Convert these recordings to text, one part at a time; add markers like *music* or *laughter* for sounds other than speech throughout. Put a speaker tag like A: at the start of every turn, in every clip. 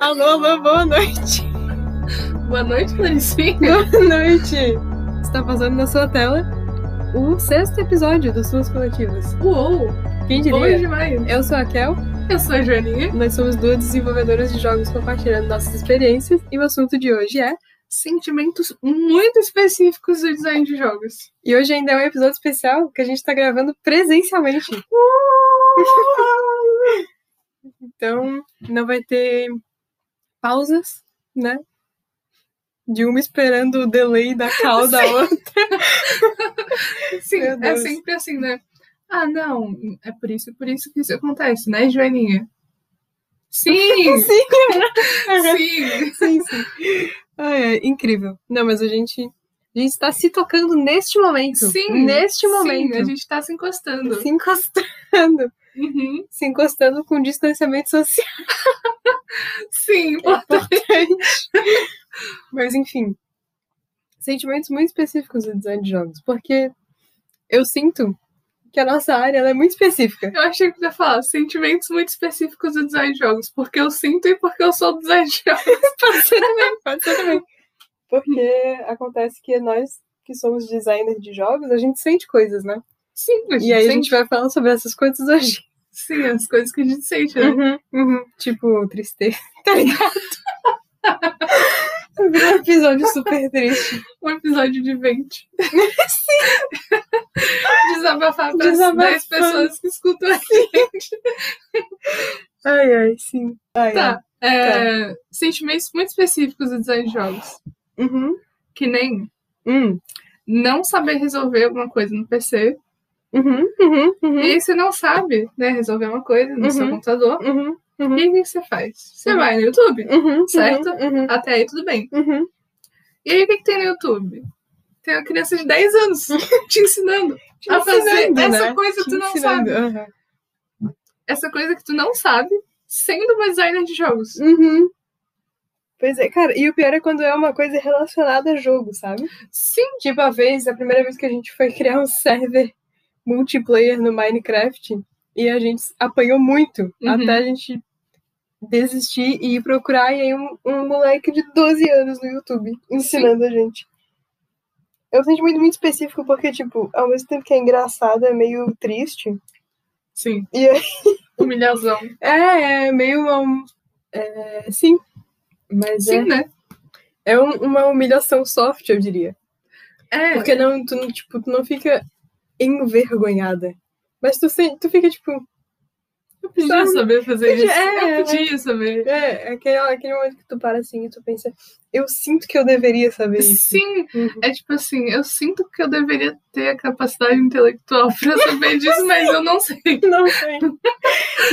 A: Alô, alô, boa noite.
B: Boa noite, Claricinha.
A: *laughs* Boa noite. Está passando na sua tela o sexto episódio dos Suas Coletivas.
B: Uou!
A: Quem
B: Bom
A: diria?
B: demais.
A: Eu sou a Kel,
B: Eu sou a Joaninha.
A: nós somos duas desenvolvedoras de jogos compartilhando nossas experiências e o assunto de hoje é.
B: Sentimentos muito específicos do design de jogos.
A: E hoje ainda é um episódio especial que a gente está gravando
B: *laughs*
A: presencialmente. Então não vai ter pausas, né? De uma esperando o delay da cal da outra.
B: Sim,
A: Meu
B: é
A: Deus.
B: sempre assim, né? Ah, não, é por isso, por isso que isso acontece, né, Joaninha? *laughs*
A: *laughs*
B: Sim,
A: Sim,
B: sim.
A: sim, sim. Ai, é incrível. Não, mas a gente, a gente está se tocando neste momento.
B: Sim,
A: Neste
B: sim,
A: momento.
B: a gente tá se encostando.
A: Se encostando.
B: Uhum,
A: Se encostando com distanciamento social.
B: Sim,
A: Mas enfim. Sentimentos muito específicos do design de jogos. Porque eu sinto que a nossa área ela é muito específica. *laughs*
B: eu achei que tu ia falar sentimentos muito específicos do design de jogos, porque eu sinto e porque eu sou do design de jogos.
A: Pode ser também, pode ser também. Porque acontece que nós que somos designers de jogos, a gente sente coisas, né?
B: Sim, a gente
A: E aí a
B: sente
A: gente vai falando sobre essas coisas hoje.
B: Sim, as coisas que a gente sente, né?
A: Uhum, uhum. Tipo, tristeza, *laughs* tá ligado? Virou um episódio super triste.
B: Um episódio de
A: *laughs*
B: 20. Sim! Desabafar para as
A: Desabafando.
B: 10 pessoas que escutam aqui.
A: Ai, ai, sim. Ai,
B: Tá. É, Sentimentos muito específicos do design de jogos.
A: ai. Uhum.
B: Que nem
A: Hum.
B: não saber resolver alguma coisa no PC.
A: Uhum, uhum,
B: E
A: uhum,
B: aí você não sabe, né, resolver uma coisa no seu
A: Uhum.
B: computador.
A: uhum,
B: E aí o que você faz? Você vai no YouTube.
A: uhum,
B: Certo?
A: Uhum,
B: Até aí tudo bem.
A: uhum.
B: E aí o que, que tem no YouTube? Tem uma criança de 10
A: *laughs*
B: anos te ensinando a fazer
A: Tipo, Ensinando,
B: Ah, essa
A: né?
B: coisa que tu não sabe.
A: Ensinando,
B: essa coisa que tu não sabe sendo uma designer de jogos.
A: Uhum. Uhum. Pois é, cara, e o pior é quando é uma coisa relacionada a jogo, sabe?
B: Sim,
A: Tipo, a vez, a primeira vez que a gente foi criar um server multiplayer no Minecraft, e a gente apanhou muito
B: Uhum.
A: até a gente desistir e ir procurar, e aí um, um moleque de 12 anos no YouTube ensinando a gente. É um sentimento muito específico, porque, tipo, ao mesmo tempo que é engraçado, é meio triste.
B: sim.
A: E aí? *laughs*
B: Humilhação.
A: É, é meio uma. hum, é, sim. Mas
B: Sim, né?
A: é, é um- uma humilhação soft, eu diria.
B: É.
A: Porque não, tu, não- tipo, tu não fica envergonhada. Mas tu, se- tu fica, tipo.
B: eu podia
A: sabe?
B: saber fazer
A: Podia-
B: isso.
A: é,
B: eu podia saber.
A: É, é aquele, aquele momento que tu para assim e tu pensa, eu sinto que eu deveria saber isso.
B: Sim,
A: Uhum.
B: é tipo assim, eu sinto que eu deveria ter a capacidade intelectual
A: *laughs*
B: pra saber disso, mas eu não sei.
A: *laughs* Não sei.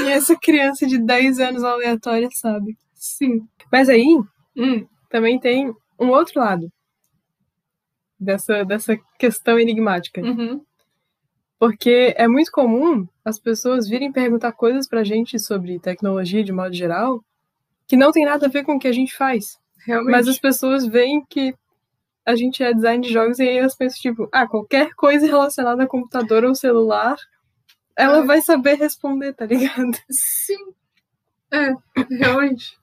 A: e essa criança de 10 anos aleatória sabe.
B: Sim.
A: Mas aí
B: Hum,
A: também tem um outro lado dessa, dessa questão enigmática.
B: uhum.
A: Porque é muito comum as pessoas virem perguntar coisas pra gente sobre tecnologia de modo geral que não tem nada a ver com o que a gente faz.
B: Realmente.
A: Mas as pessoas veem que a gente é design de jogos e aí elas pensam, tipo, ah, qualquer coisa relacionada a computador ou celular, ela
B: É.
A: vai saber responder, tá ligado?
B: Sim. É, realmente.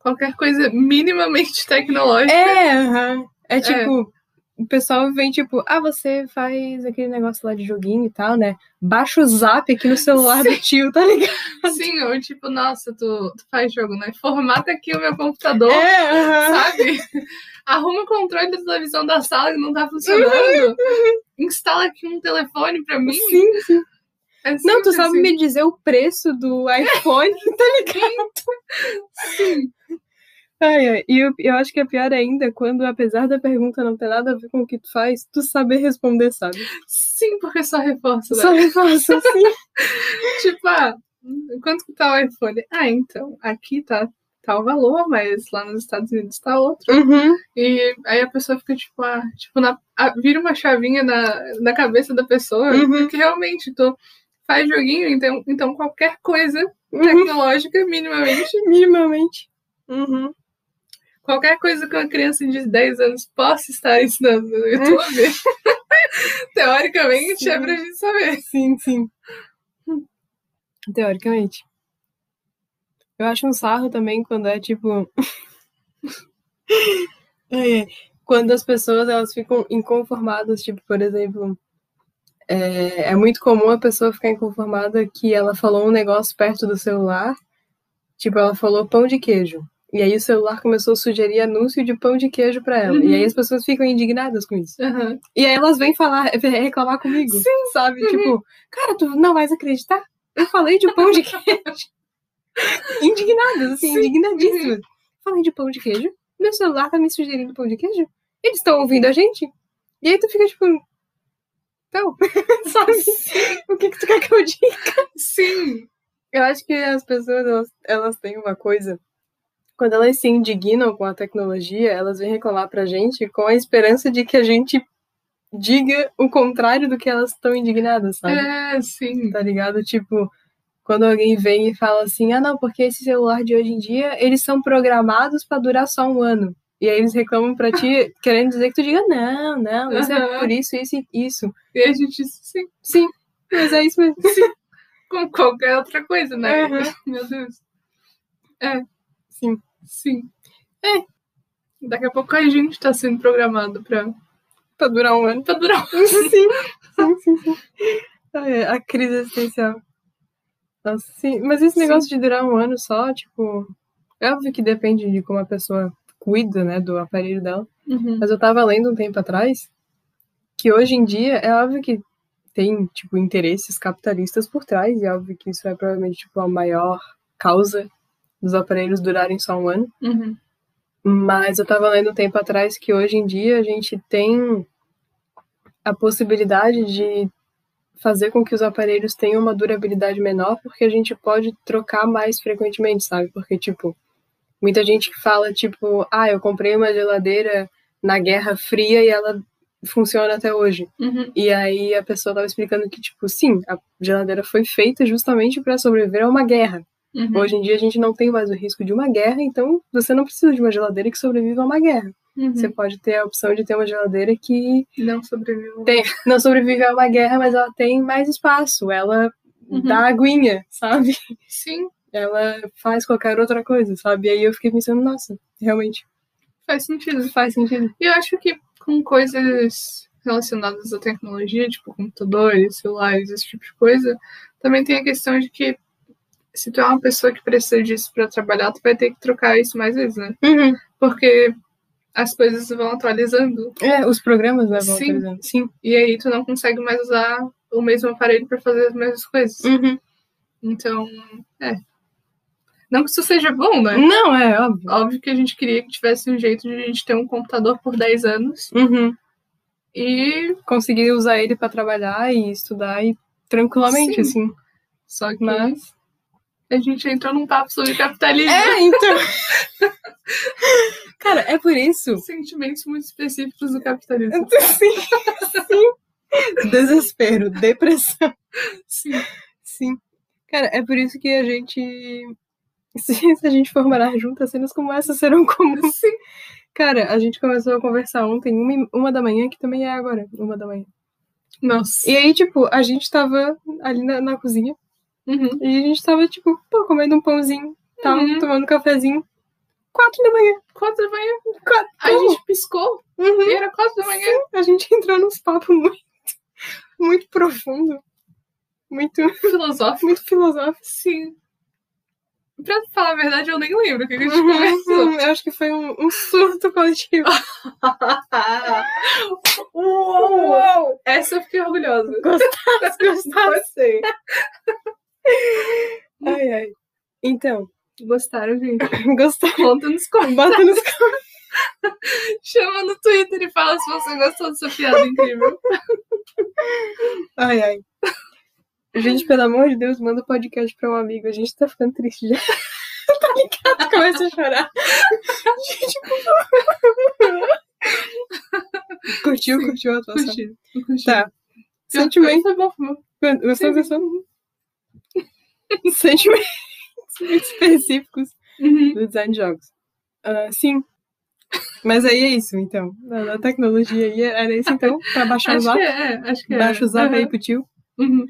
B: Qualquer coisa minimamente tecnológica.
A: *laughs* É, aham. é tipo, o pessoal vem, tipo, ah, você faz aquele negócio lá de joguinho e tal, né? Baixa o zap aqui no *laughs* celular do tio, tá ligado?
B: Sim, ou tipo, nossa, tu, tu faz jogo, né? Formata aqui o meu computador.
A: É, aham.
B: sabe? *laughs* Arruma o controle da televisão da sala que não
A: *laughs*
B: tá funcionando. Instala aqui um telefone pra mim.
A: Sim, sim.
B: É
A: Não, tu
B: simples
A: sabe
B: assim.
A: me dizer o preço do iPhone, *laughs* tá ligado?
B: Sim.
A: Ai, ai, E eu, eu acho que é pior ainda quando, apesar da pergunta não ter nada a ver com o que tu faz, tu saber responder, sabe?
B: Sim, porque só reforça.
A: Tu
B: né?
A: sabe *laughs* falar assim.
B: Tipo, ah, quanto que tá o iPhone? Ah, então, aqui tá tal valor, mas lá nos Estados Unidos tá outro.
A: Uhum.
B: E aí a pessoa fica tipo, ah, tipo, na, ah, vira uma chavinha na, na cabeça da pessoa.
A: Uhum.
B: Porque realmente, tu faz joguinho, então, então qualquer coisa
A: uhum.
B: tecnológica, minimamente,
A: Minimamente. Uhum.
B: Qualquer coisa que uma criança de 10 anos possa estar ensinando no YouTube, *laughs* teoricamente, é
A: Sim.
B: pra *laughs* gente saber.
A: Sim, sim. Teoricamente. Eu acho um sarro também quando é tipo. *laughs* Ai, ai. quando as pessoas elas ficam inconformadas, tipo, por exemplo. É, é muito comum a pessoa ficar inconformada que ela falou um negócio perto do celular. Tipo, ela falou pão de queijo. E aí o celular começou a sugerir anúncio de pão de queijo pra ela.
B: Uhum.
A: E aí as pessoas ficam indignadas com isso.
B: Aham.
A: E aí elas vêm falar, vêm reclamar comigo. Sim. Sabe? Tipo, cara, tu não vais acreditar? Eu falei de pão de queijo. Indignadas, assim,
B: Sim.
A: indignadíssimas. Falei de pão de queijo. Meu celular tá me sugerindo pão de queijo. Eles estão ouvindo a gente. E aí tu fica tipo. Então, *laughs* sabe? O que, que tu quer que eu diga?
B: Sim.
A: Eu acho que as pessoas, elas, elas têm uma coisa. Quando elas se indignam com a tecnologia, elas vêm reclamar pra gente com a esperança de que a gente diga o contrário do que elas estão indignadas, sabe?
B: É, sim.
A: Tá ligado? Tipo, quando alguém vem e fala assim, ah não, porque esse celular de hoje em dia, eles são programados pra durar só um ano. E aí eles reclamam pra
B: *laughs*
A: ti, querendo dizer que tu diga, não, não, isso é
B: Aham.
A: por isso, isso e isso.
B: E a gente disse sim,
A: Sim, mas é isso mesmo.
B: com qualquer outra coisa, né?
A: Aham.
B: *laughs* Meu Deus.
A: Sim.
B: Sim. É. Daqui a pouco a gente tá sendo programado pra,
A: Pra durar um ano.
B: pra durar.
A: sim, *laughs* sim, sim, sim. Ai, Ah, é, A crise existencial. Nossa, sim. Mas esse
B: Sim.
A: negócio de durar um ano só, tipo. É óbvio que depende de como a pessoa cuida, né, do aparelho dela.
B: Uhum,
A: Mas eu tava lendo um tempo atrás que hoje em dia é óbvio que tem, tipo, interesses capitalistas por trás. E é óbvio que isso é provavelmente, tipo, a maior causa dos aparelhos durarem só um ano.
B: Uhum.
A: Mas eu tava lendo um tempo atrás que hoje em dia a gente tem a possibilidade de fazer com que os aparelhos tenham uma durabilidade menor, porque a gente pode trocar mais frequentemente, sabe? Porque, tipo, muita gente que fala, tipo, ah, eu comprei uma geladeira na Guerra Fria e ela funciona até hoje.
B: Uhum.
A: E aí a pessoa tava explicando que, tipo, sim, a geladeira foi feita justamente para sobreviver a uma guerra.
B: Uhum.
A: Hoje em dia a gente não tem mais o risco de uma guerra, então você não precisa de uma geladeira que sobreviva a uma guerra.
B: Uhum.
A: Você pode ter a opção de ter uma geladeira que
B: Não sobreviveu.
A: tem, não sobrevive a uma guerra, mas ela tem mais espaço, ela
B: Uhum.
A: dá aguinha, sabe?
B: Sim,
A: Ela faz qualquer outra coisa, sabe? E aí eu fiquei pensando, nossa, realmente
B: faz sentido.
A: faz sentido.
B: E eu acho que com coisas relacionadas à tecnologia, tipo computadores, celulares, esse tipo de coisa, também tem a questão de que se tu é uma pessoa que precisa disso pra trabalhar, tu vai ter que trocar isso mais vezes, né? Porque as coisas vão atualizando
A: É, os programas, né, vão
B: Sim.
A: utilizando. Sim.
B: e aí tu não consegue mais usar o mesmo aparelho pra fazer as mesmas coisas.
A: Uhum.
B: Então, é. Não que isso seja bom, né?
A: Não, é óbvio.
B: Óbvio que a gente queria que tivesse um jeito de a gente ter um computador por 10 anos
A: Uhum.
B: e
A: Conseguir usar ele pra trabalhar e estudar e tranquilamente, assim.
B: só que
A: Mas
B: a gente entrou num papo sobre capitalismo.
A: *laughs* É, então. Cara, é por isso.
B: Sentimentos muito específicos do capitalismo.
A: Então, Sim, sim. Desespero, depressão.
B: Sim.
A: Sim. Cara, é por isso que a gente. Se se a gente for morar juntas, cenas como essa serão comuns.
B: Sim.
A: Cara, a gente começou a conversar ontem, uma, e- uma da manhã, que também é agora, uma da manhã.
B: Nossa.
A: E aí, tipo, a gente tava ali na, na cozinha
B: Uhum.
A: e a gente tava, tipo, pô, comendo um pãozinho, tal,
B: Uhum.
A: tomando um cafezinho. Quatro da manhã.
B: Quatro da manhã.
A: Quatro.
B: A gente piscou
A: Uhum.
B: e era quatro da manhã.
A: Sim, a gente *laughs* entrou nos papos muito, muito profundo, muito,
B: Filosófico.
A: muito filosófico.
B: Sim. Pra falar a verdade, eu nem lembro o que a gente conversou.
A: Uhum, Eu acho que foi um, um surto
B: *laughs*
A: coletivo. Um,
B: Uou! Essa eu fiquei orgulhosa. *laughs*
A: Gostaram?
B: Gostei.
A: um. Ai, ai. Então, *laughs*
B: Gostaram, gente?
A: gostaram?
B: Conta nos comentários.
A: Bota
B: *laughs*
A: nos comentários.
B: Chama no Twitter e fala se você gostou dessa piada incrível.
A: Ai, ai. Gente, pelo amor de Deus, manda o podcast pra um amigo. A gente tá ficando triste já. *laughs* tá ligado? Começa a chorar. Gente, por favor. Curtiu,
B: Sim.
A: curtiu a atuação?
B: Curti. curti.
A: Tá. Sentimento.
B: Foi bom, foi bom.
A: Gostou,
B: Sim,
A: gostou? *laughs* Sentimentos muito específicos
B: Uhum.
A: do design de jogos. Ah, sim. Mas aí é isso, então. Na, na tecnologia aí era isso, então. Pra baixar o
B: Acho que
A: zap.
B: é, acho que é.
A: Baixa o zap aí
B: Aham.
A: pro tio.
B: Uhum.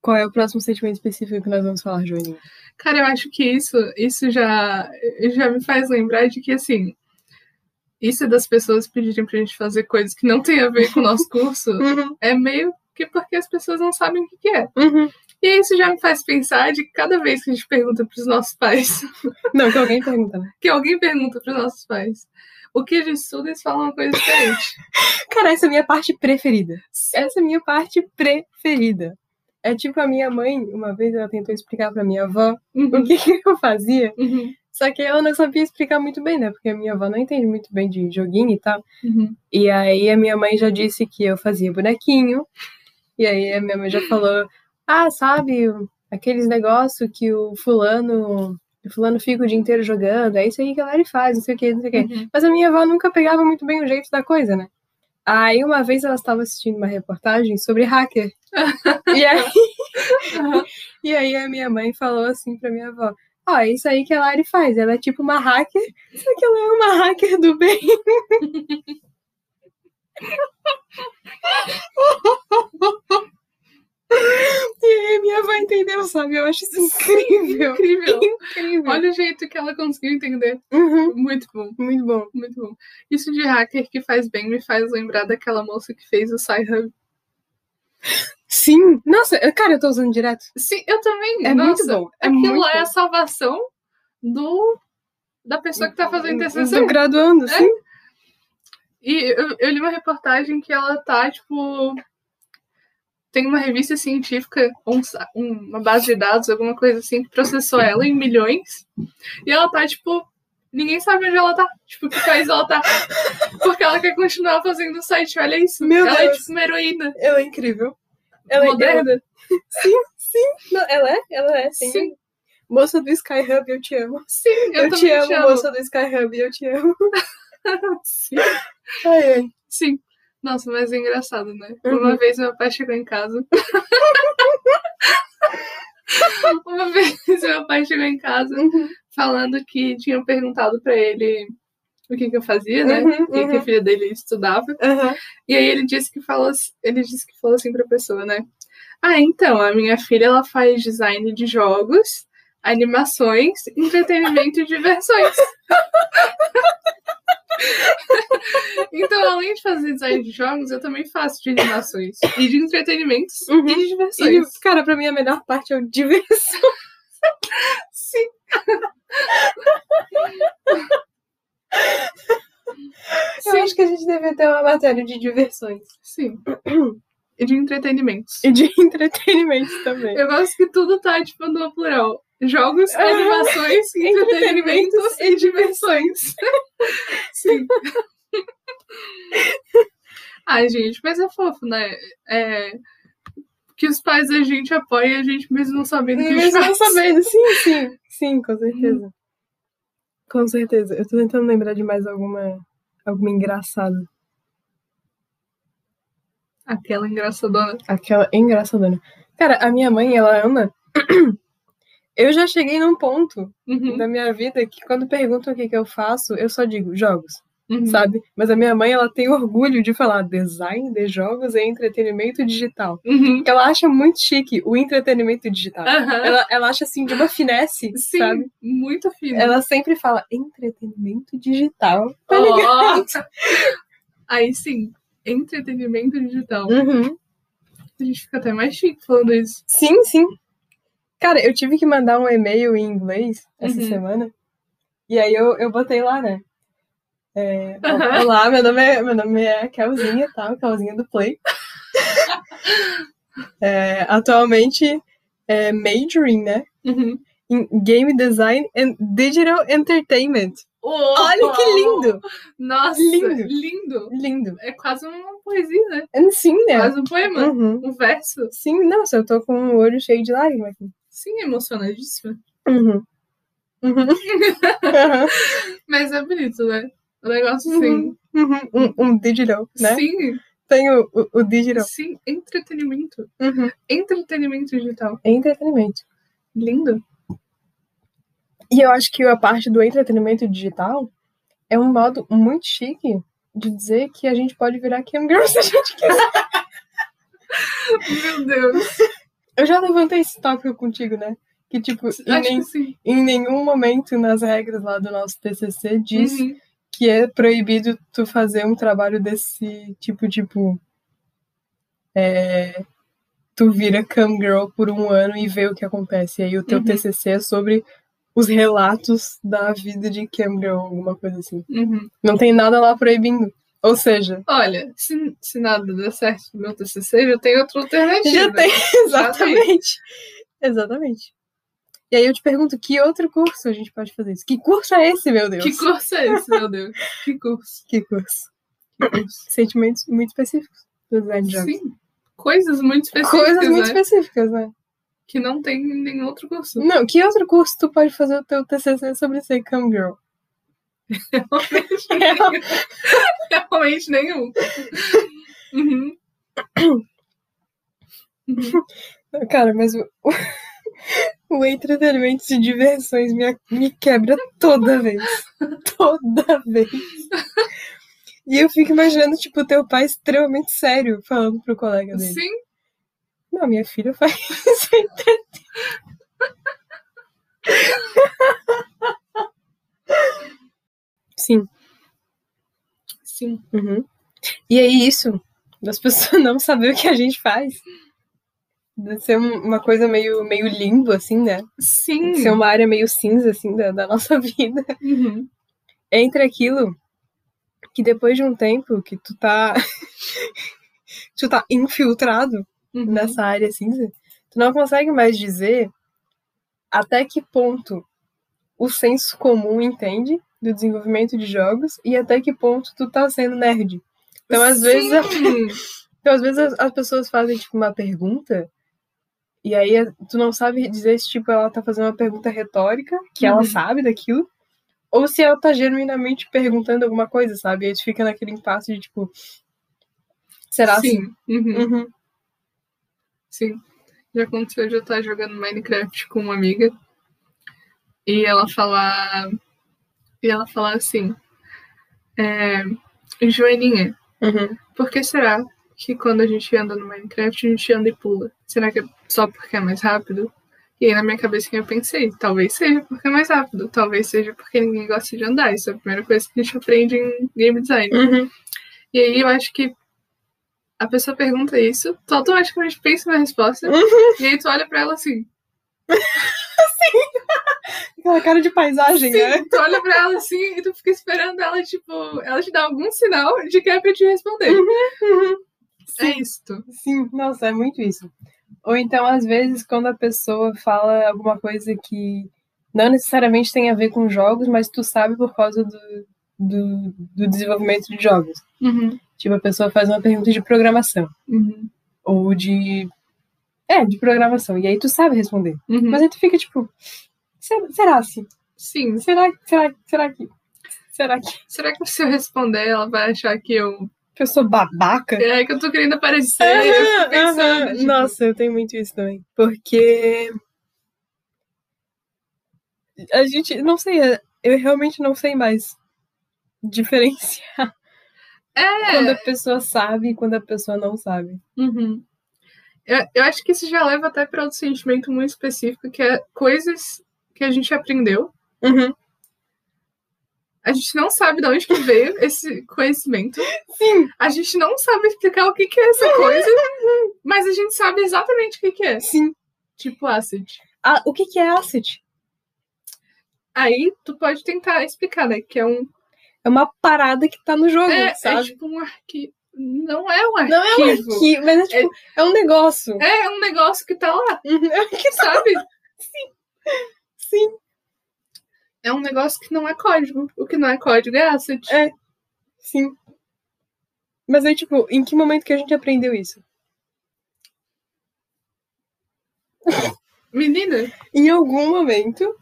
A: Qual é o próximo sentimento específico que nós vamos falar, Joaninha?
B: Cara, eu acho que isso, isso já, já me faz lembrar de que, assim, isso é das pessoas pedirem pra gente fazer coisas que não tem a ver com o nosso curso
A: Uhum,
B: é meio que porque as pessoas não sabem o que que é.
A: uhum.
B: E isso já me faz pensar de que cada vez que a gente pergunta pros nossos pais, *laughs*
A: Não, que alguém pergunta, né?
B: que alguém pergunta pros nossos pais, o que a gente estuda, eles falam uma coisa diferente.
A: Cara, essa é a minha parte preferida. Essa é a minha parte preferida. É tipo a minha mãe, uma vez ela tentou explicar pra minha avó o
B: Uhum,
A: que, que eu fazia,
B: *laughs* uhum,
A: só que ela não sabia explicar muito bem, né? Porque a minha avó não entende muito bem de joguinho e tal.
B: uhum.
A: E aí a minha mãe já disse que eu fazia bonequinho. E aí a minha mãe já falou: "Ah, sabe, aqueles negócio que o fulano, o fulano fica o dia inteiro jogando, é isso aí que a Lari faz, não sei o que, não sei o que".
B: uhum.
A: Mas a minha avó nunca pegava muito bem o jeito da coisa, né? Aí uma vez ela estava assistindo uma reportagem sobre hacker. e, aí,
B: Uhum.
A: e aí a minha mãe falou assim pra minha avó: Ó, é isso aí que a Lari faz. Ela é tipo uma hacker, só que ela é uma hacker do bem. *laughs* e aí minha avó entendeu, sabe? Eu acho isso incrível.
B: *laughs* Incrível.
A: Incrível.
B: Olha o jeito que ela conseguiu entender.
A: Uhum,
B: Muito bom.
A: muito bom.
B: Muito bom. Isso de hacker que faz bem me faz lembrar daquela moça que fez o Sci-Hub.
A: Sim. Nossa, eu- cara, eu tô usando direto.
B: Sim, eu também.
A: É
B: nossa,
A: muito bom. É
B: Aquilo
A: muito
B: é a
A: bom.
B: salvação do da pessoa que tá fazendo TCC.
A: Do
B: É?
A: graduando, sim.
B: E eu, eu li uma reportagem que ela tá, tipo... Tem uma revista científica, um sa- um- uma base de dados, alguma coisa assim, que processou ela em milhões. E ela tá, tipo... Ninguém sabe onde ela tá. Tipo, que país ela tá. Porque ela quer continuar fazendo o site. Olha isso.
A: Meu
B: ela é,
A: Deus.
B: tipo, uma heroína.
A: Ela é incrível. Ela
B: moderna.
A: É, não, ela é? Ela é, sim.
B: Sim.
A: Moça do Sky Hub, eu te amo.
B: Sim, eu,
A: Eu,
B: também
A: te amo,
B: *laughs*
A: moça do Sky Hub, eu te amo.
B: Sim.
A: *laughs* Ai, ai.
B: Sim. Nossa, mas é engraçado, né?
A: Uhum.
B: Uma vez meu pai chegou
A: *laughs*
B: em casa. Uma vez meu pai chegou em casa
A: Uhum,
B: falando que tinham perguntado pra ele o que, que eu fazia, né?
A: Uhum,
B: o que, que a
A: uhum.
B: filha dele estudava.
A: aham.
B: E aí ele disse que falou, ass- ele disse que falou assim pra pessoa, né? Ah, então, a minha filha ela faz design de jogos, animações, entretenimento e diversões. *laughs* então, além de fazer design de jogos, eu também faço de animações e de entretenimentos
A: Uhum.
B: e de
A: E,
B: diversões.
A: cara, pra mim a melhor parte é o diversão. *laughs*
B: Sim.
A: Eu
B: sim,
A: acho que a gente devia ter uma matéria de diversões.
B: sim. E de entretenimentos.
A: E de entretenimento também.
B: Eu gosto que tudo tá, tipo, no plural. Jogos,
A: Aham. *laughs*
B: animações, entretenimentos e diversões. *laughs* Sim. Ai, gente, mas é fofo, né? É, Que os pais da gente apoiam a gente mesmo não sabendo o que a
A: *laughs*
B: gente
A: Mesmo não
B: faz.
A: sabendo, sim, sim. Sim, com certeza. Com certeza. Eu tô tentando lembrar de mais alguma, alguma engraçada.
B: Aquela engraçadona.
A: Aquela engraçadona. Cara, a minha mãe, ela ama. *clears throat* Eu já cheguei num ponto
B: Uhum,
A: da minha vida que quando perguntam o que, que eu faço, eu só digo jogos,
B: uhum.
A: sabe? Mas a minha mãe, ela tem orgulho de falar design de jogos e entretenimento digital.
B: Uhum.
A: Porque ela acha muito chique o entretenimento digital.
B: Aham.
A: Ela, ela acha assim de uma finesse,
B: Sim,
A: sabe?
B: muito fino.
A: Ela sempre fala entretenimento digital. Tá
B: Ó.
A: ligado?
B: Aí sim, entretenimento digital.
A: Uhum.
B: A gente fica até mais chique falando isso.
A: Sim, sim. Cara, eu tive que mandar um e-mail em inglês essa
B: Uhum.
A: semana. E aí eu, eu botei lá, né? É, ó,
B: Aham.
A: Olá, meu nome é, meu nome é Kelzinha, tá? Kelzinha do Play. É, atualmente é majoring, né?
B: Uhum.
A: Em Game Design and Digital Entertainment. Olha que lindo!
B: Nossa, lindo.
A: Lindo.
B: lindo!
A: Lindo.
B: É quase uma poesia, né?
A: Sim, né?
B: Quase um poema,
A: Uhum.
B: um verso.
A: Sim, nossa, eu tô com o olho cheio de lágrima aqui.
B: Sim, emocionadíssima.
A: Uhum.
B: *laughs*
A: Uhum. Aham.
B: Mas é bonito, né? O negócio,
A: Uhum. Uhum, um, um digital,
B: sim.
A: né?
B: Sim,
A: Tem o, o, o digital.
B: sim. Entretenimento.
A: Uhum.
B: Entretenimento digital.
A: É entretenimento.
B: Lindo.
A: E eu acho que a parte do entretenimento digital é um modo muito chique de dizer que a gente pode virar Cam Girl se a gente quiser.
B: Meu Deus.
A: *laughs* Eu já levantei esse tópico contigo, né? Que, tipo, em,
B: *laughs* Acho
A: nem-
B: que sim.
A: em nenhum momento nas regras lá do nosso TCC diz
B: Uhum.
A: que é proibido tu fazer um trabalho desse tipo, tipo. é, tu vira cam girl por um ano e vê o que acontece. E aí o teu
B: Uhum.
A: TCC é sobre os relatos da vida de cam girl, alguma coisa assim.
B: Uhum.
A: Não tem nada lá proibindo. Ou seja,
B: Olha, se, se nada der certo no meu TCC, já tem outra alternativa.
A: já tem. *laughs* Exatamente. Exatamente. E aí eu te pergunto, que outro curso a gente pode fazer isso? Que curso é esse, meu Deus?
B: Que curso é esse, meu Deus? Que curso?
A: Que curso?
B: Que curso?
A: Sentimentos muito específicos do design de jogos.
B: Sim. Coisas muito específicas,
A: Coisas muito
B: né?
A: específicas, né?
B: Que não tem em nenhum outro curso.
A: Não, que outro curso tu pode fazer o teu TCC sobre ser cam girl?
B: Realmente, realmente nenhum. Uhum. Uhum.
A: Cara, mas o, *laughs* o entretenimento de diversões me, me quebra toda
B: *laughs*
A: vez. Toda vez. E eu fico imaginando, tipo, teu pai extremamente sério falando pro colega dele.
B: Sim,
A: Não, minha filha faz *laughs* isso. *laughs* Sim.
B: sim.
A: Uhum. E aí, isso, das pessoas *laughs* não saber o que a gente faz. Deve ser um- uma coisa meio, meio limbo, assim, né?
B: Sim.
A: Ser uma área meio cinza, assim, da, da nossa *laughs* vida.
B: Uhum.
A: Entre aquilo que depois de um tempo que tu tá. *laughs* tu tá infiltrado
B: Uhum.
A: nessa área cinza, tu não consegue mais dizer até que ponto o senso comum entende do desenvolvimento de jogos e até que ponto tu tá sendo nerd. Então, às vezes, a-
B: Sim.
A: então, às vezes as, as pessoas fazem, tipo, uma pergunta e aí a- tu não sabe dizer se, tipo, ela tá fazendo uma pergunta retórica, que ela
B: Uhum.
A: sabe daquilo, ou se ela tá genuinamente perguntando alguma coisa, sabe? E aí tu fica naquele impasse de, tipo, será assim?
B: Sim. Uhum.
A: Uhum.
B: Sim. Já aconteceu de eu estar jogando Minecraft com uma amiga e ela falar. E ela falar assim. É, Joaninha,
A: Uhum.
B: por que será que quando a gente anda no Minecraft a gente anda e pula? Será que é só porque é mais rápido? E aí na minha cabecinha eu pensei, talvez seja porque é mais rápido, talvez seja porque ninguém gosta de andar. Isso é a primeira coisa que a gente aprende em game design.
A: Uhum.
B: E aí eu acho que a pessoa pergunta isso, tu automaticamente pensa na resposta,
A: Uhum.
B: e aí tu olha pra ela assim.
A: Aquela cara de paisagem,
B: sim,
A: né?
B: Tu olha pra ela assim e tu fica esperando ela, tipo, ela te dar algum sinal de que é pra te responder. É isto.
A: Uhum, Sim, nossa, é muito isso. Ou então, às vezes, quando a pessoa fala alguma coisa que não necessariamente tem a ver com jogos, mas tu sabe por causa do, do, do desenvolvimento de jogos.
B: Uhum.
A: Tipo, a pessoa faz uma pergunta de programação.
B: Uhum.
A: Ou de. É, de programação. E aí tu sabe responder.
B: Uhum.
A: Mas aí tu fica tipo. "Se- Será assim?
B: Sim.
A: Será, será, será que. Será que
B: Será que se eu responder, ela vai achar que eu.
A: eu sou babaca?
B: É que eu tô querendo aparecer. eu
A: Aham,
B: fico pensando,
A: aham.
B: tipo,
A: Nossa, eu tenho muito isso também. Porque. A gente. Não sei, é, eu realmente não sei mais diferenciar quando
B: *laughs* É.
A: a pessoa sabe e quando a pessoa não sabe.
B: Uhum. Eu, eu acho que isso já leva até pra outro sentimento muito específico, que é coisas que a gente aprendeu Uhum. A gente não sabe de onde que veio esse conhecimento.
A: Sim,
B: A gente não sabe explicar o que, que é essa coisa, mas a gente sabe exatamente o que, que é.
A: sim.
B: Tipo acid.
A: Ah, o que, que é asset?
B: Aí tu pode tentar explicar, né? Que é um.
A: É uma parada que tá no jogo,
B: É, é
A: sabe?
B: tipo um arquivo. Não é um arquivo.
A: não é um arquivo, mas é tipo, é, um negócio.
B: É um negócio que tá lá,
A: Uhum.
B: sabe?
A: Sim.
B: É um negócio que não é código. O que não é código é acid.
A: É. Sim. Mas aí, tipo, em que momento que a gente aprendeu isso?
B: Menina,
A: Em algum momento.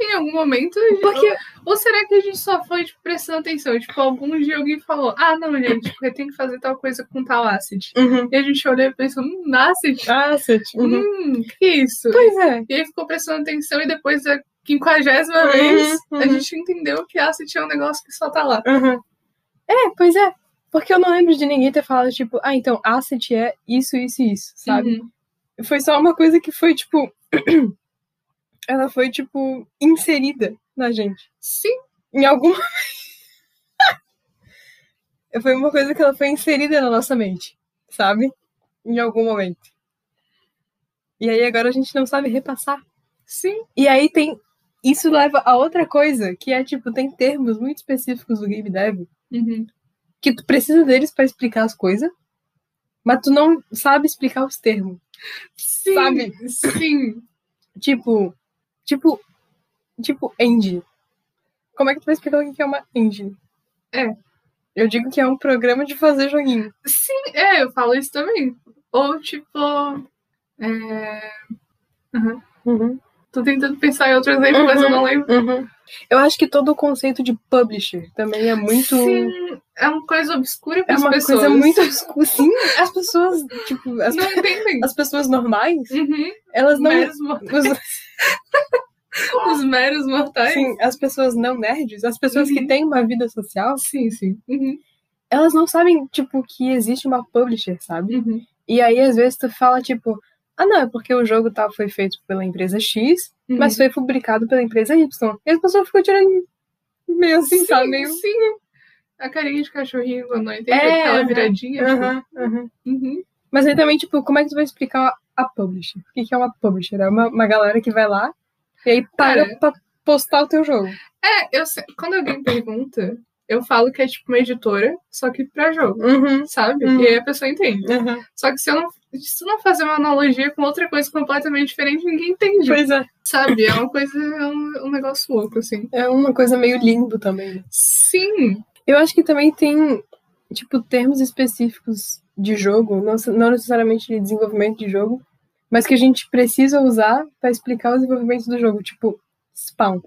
B: em algum momento. a gente-
A: Porque
B: Ou será que a gente só foi tipo, prestando atenção? Tipo, algum dia alguém falou: Ah, não, gente, porque tem que fazer tal coisa com tal acid. E a gente olhou e pensou, hum, Nascent?
A: Ah, você tipo.
B: Hum, que isso?
A: Pois é.
B: E aí ficou prestando atenção e depois da quinquagésima
A: Uhum,
B: vez a
A: uhum.
B: gente entendeu que Nascent é um negócio que só tá lá.
A: É, pois é. Porque eu não lembro de ninguém ter falado, tipo, ah, então, asset é isso, isso e isso, sabe?
B: Uhum.
A: Foi só uma coisa que foi, tipo. *clears throat* ela foi, tipo, inserida na gente.
B: Sim,
A: Em alguma. *laughs* foi uma coisa que ela foi inserida na nossa mente, sabe? Em algum momento. E aí agora a gente não sabe repassar.
B: sim.
A: E aí tem. Isso leva a outra coisa, que é tipo, tem termos muito específicos do game dev
B: Uhum.
A: que tu precisa deles pra explicar as coisas, mas tu não sabe explicar os termos.
B: Sim.
A: Sabe?
B: Sim.
A: Tipo, tipo, tipo engine. Como é que tu vai explicar o que que é uma engine?
B: É.
A: Eu digo que é um programa de fazer joguinho.
B: Sim, é, eu falo isso também. Ou tipo. é, Uhum. Tô tentando pensar em outro exemplo, mas
A: Uhum.
B: eu não lembro.
A: Eu acho que todo o conceito de publisher também é muito
B: Sim, é uma coisa obscura para
A: é
B: as
A: uma
B: pessoas.
A: coisa muito obscura. Sim, as pessoas, tipo, as,
B: Não entendem.
A: as pessoas normais,
B: Uhum.
A: elas
B: Os,
A: não
B: meros, mor-
A: *laughs* Os-
B: os meros mortais.
A: assim, as pessoas não nerds, as pessoas que
B: Uhum.
A: têm uma vida social,
B: Sim, sim. Uhum.
A: elas não sabem, tipo, que existe uma publisher, sabe?
B: Uhum.
A: E aí, às vezes, tu fala, tipo, ah, não, é porque o jogo tal foi feito pela empresa X,
B: Uhum.
A: mas foi publicado pela empresa Y. E as pessoas ficam tirando meio assim,
B: sim,
A: sabe? Meio...
B: sim. A carinha de cachorrinho quando não entende
A: É,
B: aquela
A: aham,
B: viradinha.
A: Aham, aham.
B: tipo, uhum.
A: Mas aí também, tipo, como é que tu vai explicar a publisher? O que que é uma publisher? É uma, uma galera que vai lá e aí para
B: Cara.
A: pra postar o teu jogo.
B: É, eu sei- quando alguém pergunta, eu falo que é tipo uma editora, só que pra jogo.
A: Uhum.
B: Sabe?
A: Uhum.
B: E aí a pessoa entende.
A: Uhum.
B: Só que se eu não, se eu não fazer uma analogia com outra coisa completamente diferente, ninguém entende.
A: Pois é,
B: Sabe? É uma coisa, é um, um negócio louco, assim.
A: é uma coisa meio limbo também, né?
B: Sim.
A: Eu acho que também tem, tipo, termos específicos de jogo, não, se- não necessariamente de desenvolvimento de jogo, mas que a gente precisa usar pra explicar o desenvolvimento do jogo, tipo, spawn,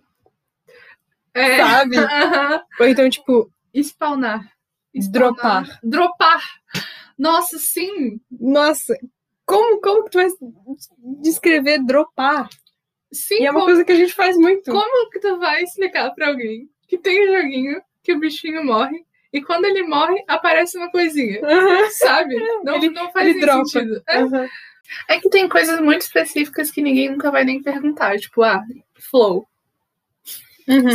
B: É. *laughs*
A: sabe?
B: Aham.
A: Ou então, tipo,
B: Spawnar.
A: Dropar.
B: Dropar. Nossa, sim.
A: nossa, como, como que tu vai descrever dropar?
B: Sim,
A: E é uma
B: como,
A: coisa que a gente faz muito.
B: como que tu vai explicar pra alguém que tem um joguinho, que o bichinho morre, e quando ele morre, aparece uma coisinha.
A: *laughs* Aham,
B: Sabe? Não,
A: ele-
B: não faz
A: ele
B: nem
A: dropa.
B: sentido. É,
A: aham.
B: É que tem coisas muito específicas que ninguém nunca vai nem perguntar. Tipo, ah, flow.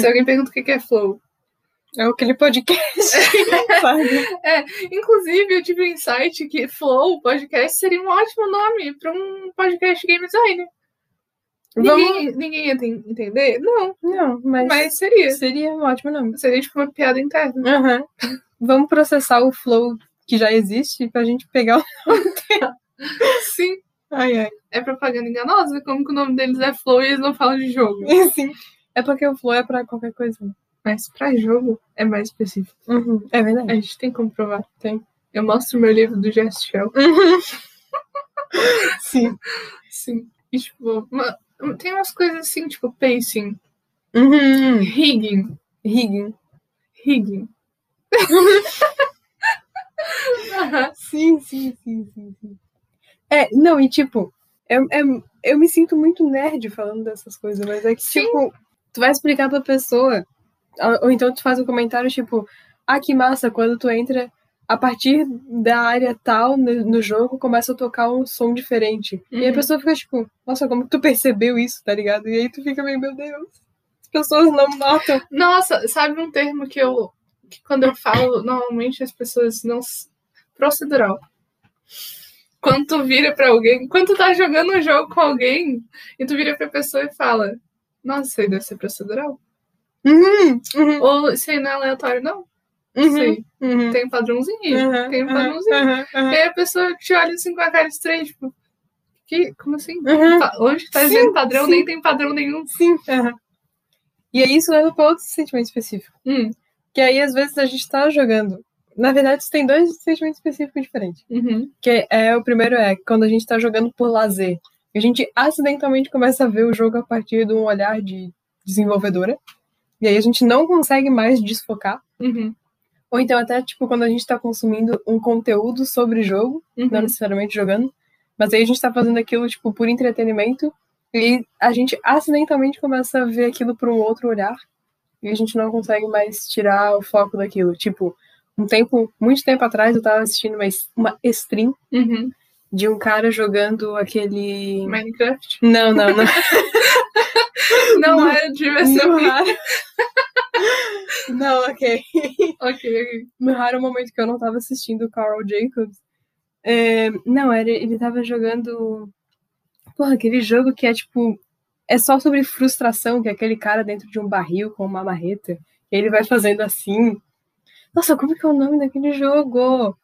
B: Se alguém pergunta o que que é flow.
A: Uhum. É aquele podcast, *laughs*
B: *laughs*
A: sabe?
B: Inclusive, eu tive um insight que flow, podcast, seria um ótimo nome pra um podcast de game design.
A: Vamos...
B: Ninguém, ninguém ia ten- entender? Não,
A: Não, mas,
B: mas seria.
A: seria um ótimo nome.
B: Seria tipo uma piada interna.
A: Aham. Vamos processar o flow que já existe pra gente pegar o.
B: Sim,
A: Ai, ai.
B: é propaganda enganosa, como que o nome deles é Flow e eles não falam de jogo.
A: Sim. *laughs* É porque o flow é pra qualquer coisa.
B: Mas pra jogo é mais específico.
A: É verdade.
B: A gente tem como provar.
A: Tem.
B: Eu mostro meu livro do Just Shell.
A: Sim.
B: Sim. E tipo, uma- tem umas coisas assim, tipo pacing,
A: Uhum.
B: rigging,
A: Rigging.
B: rigging. Aham.
A: Sim, sim, sim, sim, sim. É, não, e tipo, é, é, eu me sinto muito nerd falando dessas coisas, mas é que,
B: Sim.
A: tipo, tu vai explicar pra pessoa, ou- ou então tu faz um comentário tipo, ah, que massa, quando tu entra a partir da área tal no, no jogo, começa a tocar um som diferente. E a
B: Uhum.
A: pessoa fica tipo, nossa, como que tu percebeu isso, tá ligado? E aí tu fica meio, meu Deus, as pessoas não notam.
B: *laughs* Nossa, sabe um termo que eu. que quando eu falo, normalmente as pessoas não. s- Procedural. Quando tu vira pra alguém. Quando tu tá jogando um jogo com alguém e tu vira pra pessoa e fala: Nossa, isso aí deve ser procedural.
A: Uhum, uhum,
B: Ou isso aí não é aleatório, não. Isso aí
A: uhum,
B: tem um padrãozinho.
A: uhum,
B: tem um
A: uhum,
B: padrãozinho.
A: uhum, uhum.
B: E aí a pessoa te olha assim com a cara estranha, tipo. Que, como assim?
A: Uhum.
B: Pa- Onde que tá
A: Sim,
B: dizendo padrão?
A: sim.
B: Nem tem padrão nenhum.
A: Sim. E aí isso leva para outro sentimento específico.
B: Hum,
A: Que aí, às vezes, a gente tá jogando. Na verdade, isso tem dois sentimentos específicos diferentes.
B: uhum.
A: Que é o primeiro é quando a gente tá jogando por lazer. E a gente acidentalmente começa a ver o jogo a partir de um olhar de desenvolvedora. E aí a gente não consegue mais desfocar.
B: Uhum.
A: Ou então até, tipo, quando a gente tá consumindo um conteúdo sobre o jogo,
B: Uhum.
A: não necessariamente jogando. Mas aí a gente tá fazendo aquilo, tipo, por entretenimento. E a gente acidentalmente começa a ver aquilo por um outro olhar. E a gente não consegue mais tirar o foco daquilo. Tipo, um tempo, muito tempo atrás, eu tava assistindo uma, es- uma stream
B: Uhum.
A: de um cara jogando aquele.
B: Minecraft.
A: Não, não, não.
B: Não, é,
A: Não.
B: era diversão.
A: Não, Hara. *laughs* Não, ok.
B: *laughs* Ok, ok.
A: No raro momento que eu não tava assistindo o Carl Jacobs. É, não, era, ele tava jogando. Porra, aquele jogo que é tipo. É só sobre frustração, que é aquele cara dentro de um barril com uma marreta. E ele vai fazendo assim. Nossa, como que é o nome daquele jogo?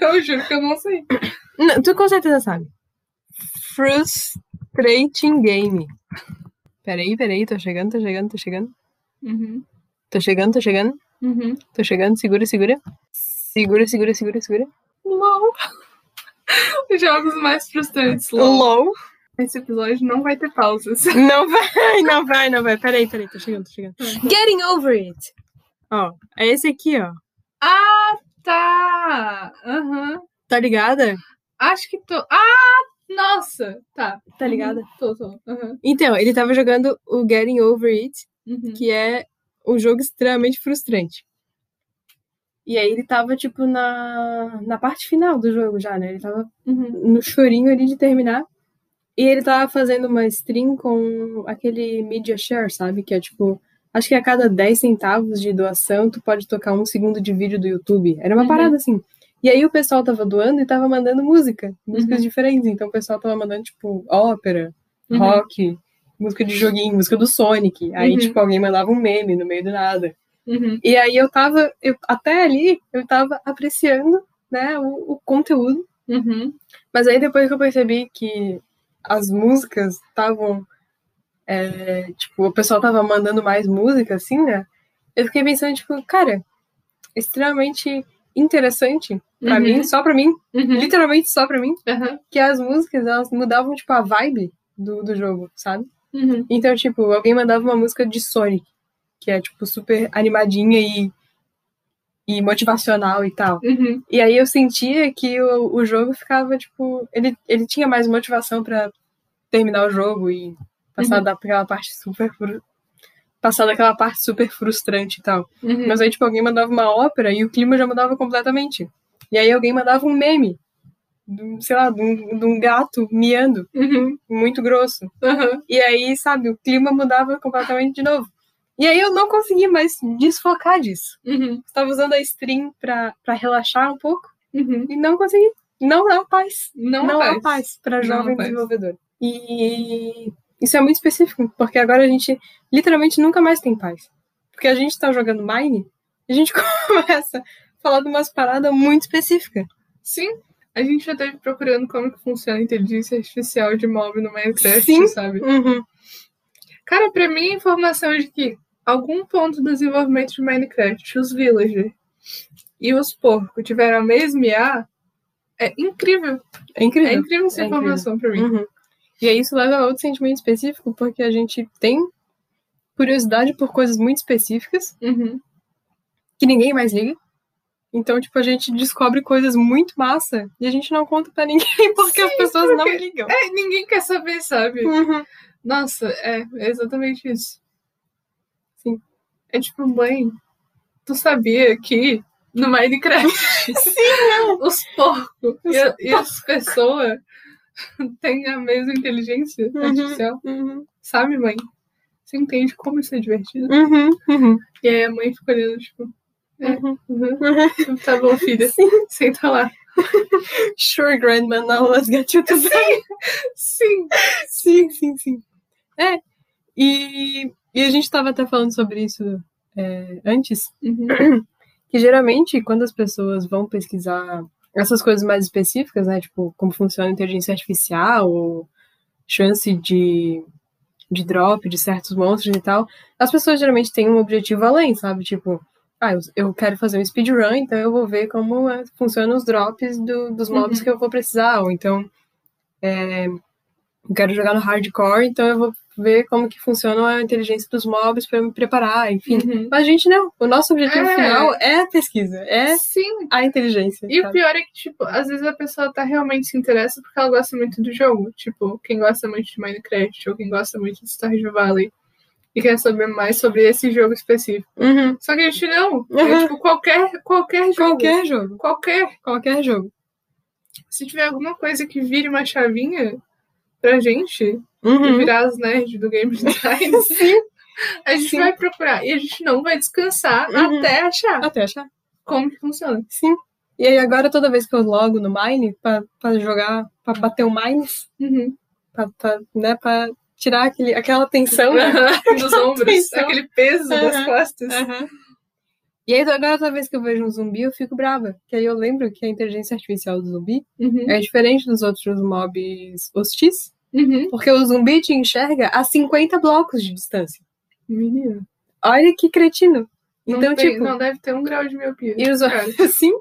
B: Eu juro que eu não sei.
A: Não, tu com certeza sabe. Frustrating Game. Peraí, peraí, tô chegando, tô chegando, tô chegando.
B: Uhum.
A: Tô chegando, tô chegando.
B: Uhum.
A: Tô chegando, segura, segura. Segura, segura, segura, segura.
B: LOL. *laughs* Os jogos mais frustrantes, LOL.
A: LOL.
B: Esse episódio não vai ter pausas. *laughs*
A: Não vai, não vai, não vai. Peraí, peraí, tô chegando, tô chegando. Getting over it. Ó, é esse aqui, ó.
B: Ah, Tá! Aham.
A: Tá ligada?
B: Acho que tô. Ah! Nossa! Tá.
A: Tá ligada?
B: Uhum. Tô, tô. Aham.
A: Então, ele tava jogando o Getting Over It,
B: Uhum.
A: que é um jogo extremamente frustrante. E aí ele tava, tipo, na, na parte final do jogo já, né? Ele tava
B: Uhum.
A: no chorinho ali de terminar. E ele tava fazendo uma stream com aquele media share, sabe? Que é tipo, acho que a cada 10 centavos de doação, tu pode tocar um segundo de vídeo do YouTube. Era uma
B: Uhum.
A: parada assim. E aí o pessoal tava doando e tava mandando música, músicas
B: Uhum.
A: diferentes. Então o pessoal tava mandando, tipo, ópera,
B: Uhum.
A: rock, música de joguinho, música do Sonic. Aí,
B: Uhum.
A: tipo, alguém mandava um meme no meio do nada.
B: Uhum.
A: E aí eu tava, eu, até ali, eu tava apreciando, né, o- o conteúdo.
B: Uhum.
A: Mas aí depois que eu percebi que as músicas estavam. é, tipo, o pessoal tava mandando mais música, assim, né? Eu fiquei pensando, tipo, cara, extremamente interessante pra
B: Uhum.
A: mim, só pra mim,
B: Uhum.
A: literalmente só pra mim,
B: Aham.
A: que as músicas elas mudavam, tipo, a vibe do, do jogo, sabe?
B: Uhum.
A: Então, tipo, alguém mandava uma música de Sonic, que é, tipo, super animadinha e, e motivacional e tal.
B: Uhum.
A: E aí eu sentia que o, o jogo ficava, tipo, ele, ele tinha mais motivação pra terminar o jogo e passar
B: Uhum.
A: daquela parte super fru- passar daquela parte super frustrante e tal.
B: Uhum.
A: Mas aí, tipo, alguém mandava uma ópera e o clima já mudava completamente. E aí alguém mandava um meme, de um, sei lá, de um, de um gato miando,
B: Uhum.
A: muito grosso.
B: Aham.
A: E aí, sabe, o clima mudava completamente de novo. E aí eu não conseguia mais desfocar disso.
B: Uhum.
A: Estava usando a stream pra, pra relaxar um pouco
B: Uhum.
A: e não consegui. Não dá paz.
B: Não,
A: Não,
B: faz.
A: dá paz para
B: Não
A: jovem
B: há paz.
A: desenvolvedor. E isso é muito específico, porque agora a gente literalmente nunca mais tem paz. Porque a gente tá jogando Mine e a gente *laughs* começa a falar de umas paradas muito específicas.
B: Sim. A gente já teve procurando como que funciona a inteligência artificial de mob no Minecraft,
A: Sim.
B: sabe?
A: Uhum.
B: Cara, pra mim a informação é de que algum ponto do desenvolvimento de Minecraft, os villagers e os porcos tiveram a mesma IA, é incrível.
A: É
B: É
A: incrível.
B: incrível essa
A: É incrível.
B: informação pra mim.
A: Uhum. E aí isso leva a outro sentimento específico, porque a gente tem curiosidade por coisas muito específicas
B: Uhum.
A: que ninguém mais liga. Então, tipo, a gente descobre coisas muito massa e a gente não conta pra ninguém *laughs* porque as pessoas não
B: porque-
A: ligam.
B: É, ninguém quer saber, sabe?
A: Uhum.
B: Nossa, é, é exatamente isso.
A: Sim.
B: É tipo, mãe, tu sabia que no Minecraft os porcos
A: Os
B: e, a- e as pessoas têm a mesma inteligência
A: Uhum.
B: artificial?
A: Uhum.
B: Sabe, mãe? Você entende como isso é divertido?
A: Uhum. Uhum.
B: E aí a mãe fica olhando, tipo, É.
A: Uhum.
B: uhum, tá bom, filha, senta lá.
A: Sure, grandma, now let's get you to bed.
B: Sim.
A: Sim, sim, sim. É. E, e a gente tava até falando sobre isso é, antes,
B: Uhum,
A: que geralmente quando as pessoas vão pesquisar essas coisas mais específicas, né, tipo como funciona a inteligência artificial ou chance de, de drop de certos monstros e tal, as pessoas geralmente têm um objetivo além, sabe? Tipo, ah, eu, eu quero fazer um speedrun, então eu vou ver como é, funcionam os drops do- dos mobs
B: Uhum.
A: que eu vou precisar, ou então é, eu quero jogar no hardcore, então eu vou ver como que funciona a inteligência dos mobs para me preparar, enfim.
B: uhum.
A: Mas a gente não, o nosso objetivo
B: É.
A: final é a pesquisa, é
B: Sim,
A: a inteligência.
B: E o
A: sabe?
B: pior é que, tipo, às vezes a pessoa tá realmente se interessa porque ela gosta muito do jogo. Tipo, quem gosta muito de Minecraft ou quem gosta muito de Stardew Valley e quer saber mais sobre esse jogo específico.
A: Uhum.
B: Só que a gente não. É,
A: Uhum.
B: tipo, qualquer, qualquer jogo.
A: Qualquer jogo,
B: Qualquer.
A: qualquer jogo.
B: se tiver alguma coisa que vire uma chavinha pra gente, e virar as nerds do
A: *laughs*
B: game design,
A: Uhum. Sim.
B: a gente
A: Sim.
B: vai procurar. E a gente não vai descansar
A: Uhum.
B: até achar
A: Até achar.
B: como que funciona.
A: Sim. E aí agora toda vez que eu logo no Mine pra, pra jogar, pra bater o Mines,
B: Uhum.
A: pra, pra, né, pra tirar aquele, aquela tensão,
B: *laughs*
A: né?
B: Dos ombros,
A: Atenção.
B: aquele peso das
A: Uhum. *laughs*
B: costas.
A: E aí agora toda vez que eu vejo um zumbi, eu fico brava. Que aí eu lembro que a inteligência artificial do zumbi
B: Uhum.
A: é diferente dos outros mobs hostis,
B: Uhum.
A: porque o zumbi te enxerga a 50 blocos de distância.
B: Menino.
A: Olha que cretino.
B: Não
A: Então,
B: tem-
A: tipo,
B: Não é. deve ter um grau de miopia.
A: E os,
B: Cara.
A: *laughs* sim.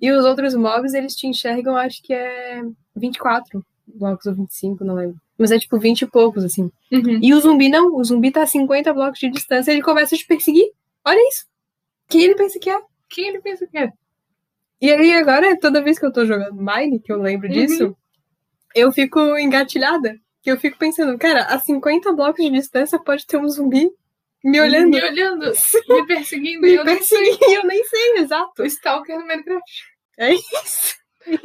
A: E os outros mobs, eles te enxergam, acho que é 24 blocos ou 25, não lembro. Mas é tipo 20 e poucos, assim.
B: Uhum.
A: E o zumbi não. O zumbi tá a 50 blocos de distância ele começa a te perseguir. Olha isso. Quem ele pensa que é?
B: Quem ele pensa que é?
A: E aí agora, toda vez que eu tô jogando Mine, que eu lembro
B: Uhum.
A: disso, eu fico engatilhada. Que eu fico pensando, cara, a 50 blocos de distância pode ter um zumbi me olhando.
B: Me olhando. Me perseguindo.
A: Me
B: e Uhum. eu nem sei.
A: perseguindo, *laughs* eu nem sei, exato.
B: O Stalker no Minecraft.
A: É isso.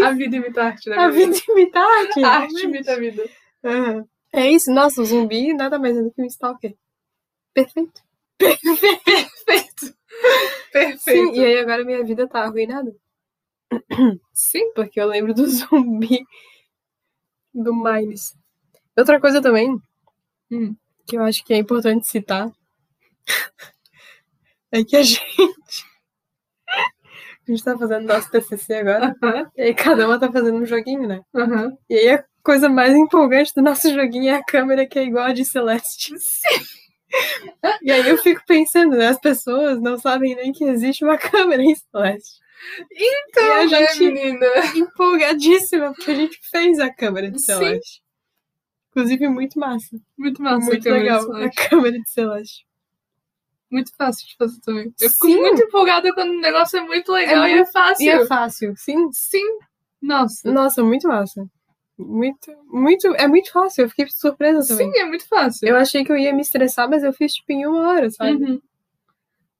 B: A vida imita a arte, né?
A: A vida imita a arte.
B: A arte imita a vida.
A: Aham. É isso, nossa, o zumbi nada mais é do que um stalker. Perfeito.
B: Perfeito.
A: Sim, e aí agora minha vida tá arruinada.
B: Sim.
A: Porque eu lembro do *laughs* zumbi do Miles. Outra coisa também,
B: Hum.
A: que eu acho que é importante citar, *laughs* é que a gente. *laughs* A gente tá fazendo nosso TCC agora.
B: Aham.
A: E aí cada uma tá fazendo um joguinho, né?
B: Aham.
A: E aí a coisa mais empolgante do nosso joguinho é a câmera que é igual a de Celeste. E aí eu fico pensando, né? As pessoas não sabem nem que existe uma câmera em Celeste.
B: Então,
A: E a
B: né,
A: gente-
B: menina?
A: Empolgadíssima, porque a gente fez a câmera de
B: Sim.
A: Celeste. Inclusive, muito massa.
B: Muito né? massa.
A: muito
B: câmera
A: legal
B: desse
A: a
B: lado.
A: câmera de Celeste.
B: Muito fácil de fazer também. Eu fico
A: Sim.
B: muito empolgada quando o negócio é muito legal
A: É
B: e é
A: muito-
B: fácil.
A: E é fácil, sim.
B: Sim. Nossa.
A: Nossa, muito massa. Muito, muito. É muito fácil, eu fiquei surpresa também.
B: Sim, é muito fácil.
A: Eu achei que eu ia me estressar, mas eu fiz tipo em uma hora, sabe?
B: Uhum.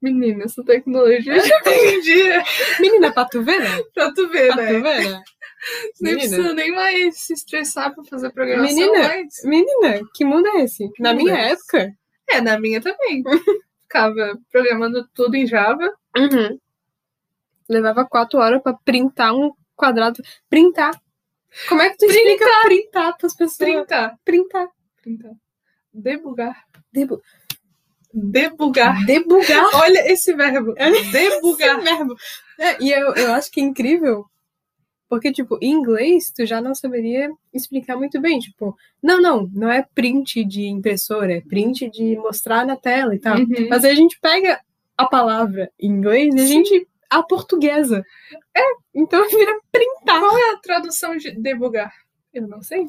B: Menina, essa tecnologia já *laughs* tem um dia
A: Menina, pra tu ver, né?
B: pra tu ver,
A: Pra
B: né?
A: tu ver, né?
B: Você Nem
A: Menina.
B: precisa nem mais se estressar pra fazer programação.
A: Menina.
B: Mas...
A: Menina, que mundo é esse? Na
B: mundo
A: minha
B: é esse?
A: época.
B: É, na minha *laughs* também. Ficava programando tudo em Java.
A: Uhum. Levava quatro horas pra printar um quadrado. Printar. Como é que tu
B: Printar.
A: explica printar pras pessoas?
B: Printar.
A: Printar.
B: Printar. Debugar.
A: Debu- Ah, *laughs*
B: Debugar.
A: Debugar. É
B: Olha esse verbo. Debugar.
A: Esse verbo. É, e eu, eu acho que é incrível. Porque, tipo, em inglês, tu já não saberia explicar muito bem. Tipo, não, não, não é print de impressora, é print de mostrar na tela e tal.
B: Uhum.
A: Mas aí a gente pega a palavra em inglês e a
B: Sim.
A: gente a portuguesa. É, então *laughs* vira printar.
B: Qual é a tradução de debugar? Eu não sei.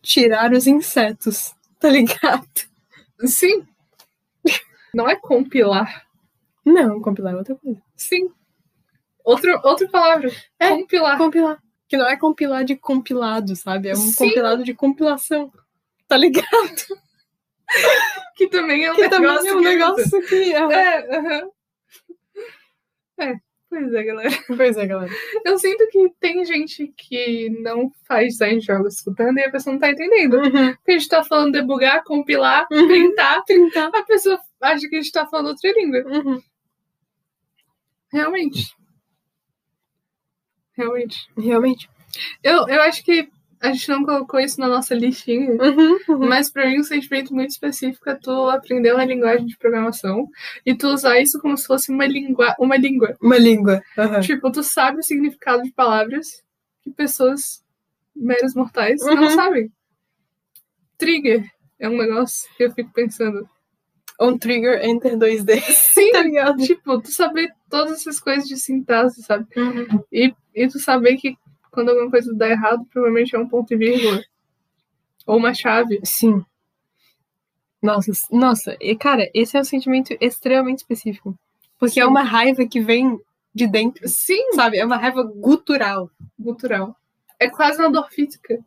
A: Tirar os insetos, tá ligado?
B: Sim. Não é compilar.
A: Não, compilar é outra coisa.
B: Sim. Outro, outra palavra.
A: É.
B: Compilar.
A: Compilar. Que não é compilar de compilado, sabe? É um
B: Sim.
A: compilado de compilação. Tá *laughs* ligado?
B: Que também é um
A: Que também
B: negócio.
A: é um negócio que. É.
B: É, aham. é, pois é, galera.
A: *laughs* Pois é, galera.
B: Eu sinto que tem gente que não faz design de jogos escutando e a pessoa não tá entendendo. Porque a gente tá falando debugar, compilar,
A: Uhum.
B: printar.
A: Trintar.
B: A pessoa acha que a gente tá falando outra língua.
A: Uhum.
B: Realmente. Realmente.
A: Realmente.
B: Eu, eu acho que a gente não colocou isso na nossa listinha.
A: Uhum.
B: Mas pra mim, um sentimento muito específico é tu aprender uma linguagem de programação e tu usar isso como se fosse uma, lingua, uma língua.
A: Uma língua. Uhum.
B: Tipo, tu sabe o significado de palavras que pessoas meros mortais não
A: Uhum.
B: sabem. Trigger é um negócio que eu fico pensando.
A: On Um trigger, enter 2D.
B: Sim,
A: *laughs* Tá ligado?
B: tipo, tu saber todas essas coisas de sintaxe, sabe?
A: Uhum.
B: E, e tu saber que quando alguma coisa dá errado, provavelmente é um ponto e vírgula. Ou uma chave.
A: Sim. Nossa, s- nossa, e cara, esse é um sentimento extremamente específico. Porque é
B: Sim.
A: uma raiva que vem de dentro,
B: Sim,
A: sabe? É uma raiva gutural.
B: cultural. É quase uma dor física.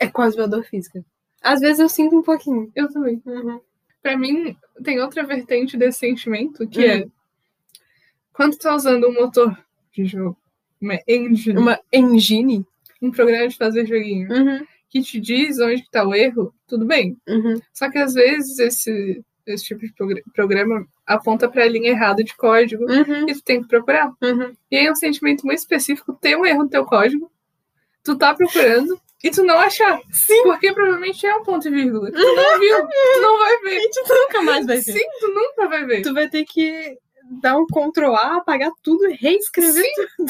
A: É quase uma dor física. Às vezes eu sinto um pouquinho.
B: Eu também.
A: Uhum.
B: Pra mim, tem outra vertente desse sentimento, que é...
A: Uhum.
B: Quando tu tá usando um motor de jogo, uma engine,
A: Uma engine.
B: um programa de fazer joguinho
A: Uhum,
B: que te diz onde que tá o erro, tudo bem.
A: uhum.
B: Só que às vezes esse, esse tipo de progr- programa aponta pra linha errada de código
A: Uhum,
B: e tu tem que procurar.
A: uhum.
B: E aí é um sentimento muito específico ter um erro no teu código, tu tá procurando e tu não achar.
A: Sim.
B: Porque provavelmente é um ponto e vírgula. Tu não viu, tu não vai ver.
A: Nunca mais vai ser.
B: Sim, tu nunca vai ver.
A: Tu vai ter que dar um Ctrl A, apagar tudo e reescrever
B: Sim.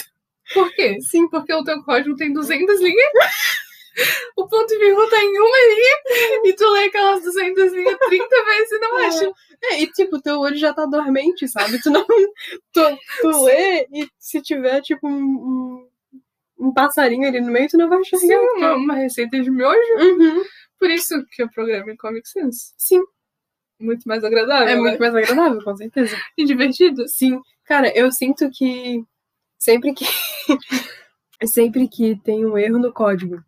B: Por quê?
A: Sim.
B: Porque o teu código tem 200 linhas. O ponto e vírgula tá em uma linha. E tu lê aquelas 200 linhas 30 vezes e não acha.
A: É, e tipo, teu olho já tá dormente, sabe? Tu não. *laughs* Tu, tu lê e se tiver, tipo, um, um, um passarinho ali no meio, tu não vai enxergar.
B: Sim, uma, uma receita de miojo.
A: Uhum,
B: Por isso que o programa em Comic Sans.
A: Sim.
B: Muito mais agradável.
A: É
B: né?
A: muito mais agradável, com certeza.
B: E divertido.
A: Sim. Cara, eu sinto que sempre que. *laughs* sempre que tem um erro no código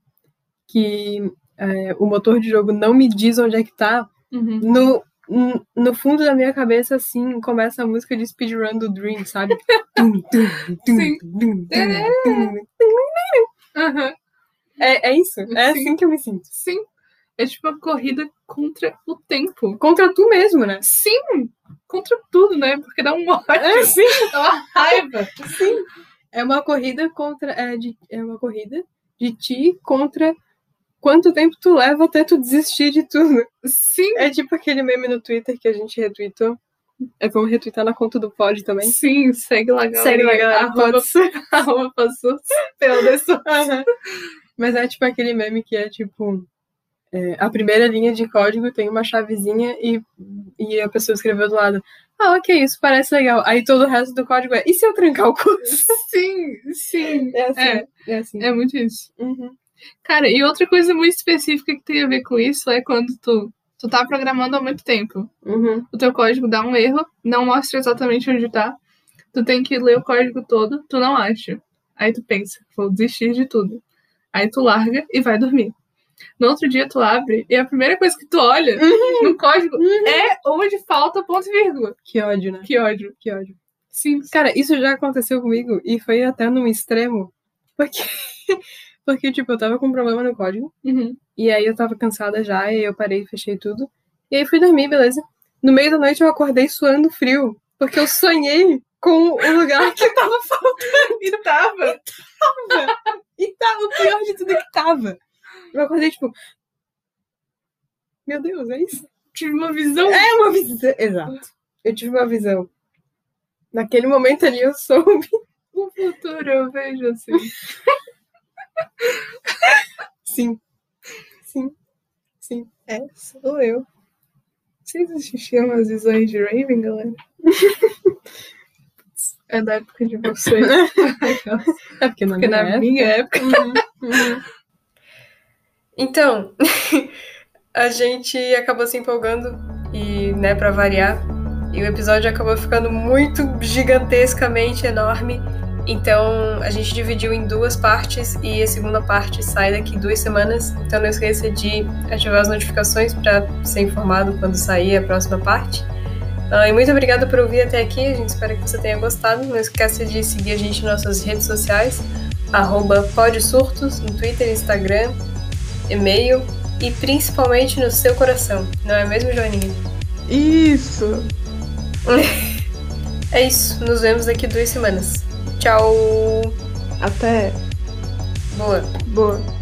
A: que é, o motor de jogo não me diz onde é que tá,
B: Uhum.
A: No, n- no fundo da minha cabeça, assim, começa a música de speedrun do Dream, sabe? *laughs* É. Tum, tum, tum,
B: Sim.
A: tum, tum, tum.
B: Aham.
A: É, é isso. É
B: Sim.
A: assim que eu me sinto.
B: Sim. É tipo uma corrida contra o tempo.
A: Contra tu mesmo, né?
B: Sim! Contra tudo, né? Porque dá um ódio,
A: É, sim.
B: dá uma *laughs* raiva.
A: é uma corrida contra. É, de, é uma corrida de ti contra quanto tempo tu leva até tu desistir de tudo.
B: Sim!
A: É tipo aquele meme no Twitter que a gente retweetou. É, vamos retweetar na conta do pod também.
B: Sim, segue lá, galera.
A: Segue lá, galera.
B: Arroba,
A: Pods.
B: *laughs* arroba passou.
A: Aham. Mas é tipo aquele meme que é tipo. é, a primeira linha de código tem uma chavezinha e, e a pessoa escreveu do lado. Ah, ok, isso parece legal. Aí todo o resto do código é. E se eu trancar o curso?
B: Sim, sim.
A: É assim. É, assim.
B: É muito isso.
A: Uhum.
B: Cara, e outra coisa muito específica que tem a ver com isso é quando tu, tu tá programando há muito tempo.
A: Uhum.
B: O teu código dá um erro, não mostra exatamente onde tá. Tu tem que ler o código todo, tu não acha. Aí tu pensa, vou desistir de tudo. Aí tu larga e vai dormir. No outro dia tu abre e a primeira coisa que tu olha no código é onde falta ponto e vírgula.
A: Que ódio, né?
B: Que ódio.
A: Que ódio.
B: Sim.
A: Cara, isso já aconteceu comigo e foi até num extremo. Porque, *laughs* porque tipo, eu tava com um problema no código.
B: Uhum.
A: E aí eu tava cansada já, e aí eu parei, fechei tudo. E aí fui dormir, beleza? No meio da noite eu acordei suando frio, porque eu sonhei com o lugar que tava faltando.
B: *laughs* E tava.
A: E tava o pior de tudo é que tava. Eu acordei tipo. Meu Deus, é isso?
B: Tive uma visão.
A: É uma visão. Exato. Eu tive uma visão. Naquele momento ali eu soube.
B: O futuro eu vejo assim.
A: Sim. Sim. Sim. É, sou eu.
B: Vocês assistiam as visões de Raven, galera? É da época de *laughs* vocês.
A: É porque não
B: Porque na
A: é.
B: minha época. Uhum.
A: Então, *laughs* a gente acabou se empolgando e, né, para variar, e o episódio acabou ficando muito gigantescamente enorme. Então, a gente dividiu em duas partes e a segunda parte sai daqui duas semanas. Então, não esqueça de ativar as notificações para ser informado quando sair a próxima parte. Ah, e muito obrigada por ouvir até aqui. A gente espera que você tenha gostado. Não esqueça de seguir a gente nas nossas redes sociais, arroba podsurtos, no Twitter, Instagram, e-mail e principalmente no seu coração, não é mesmo, Joaninha?
B: Isso!
A: É isso, nos vemos daqui duas semanas. Tchau!
B: Até.
A: Boa!
B: Boa.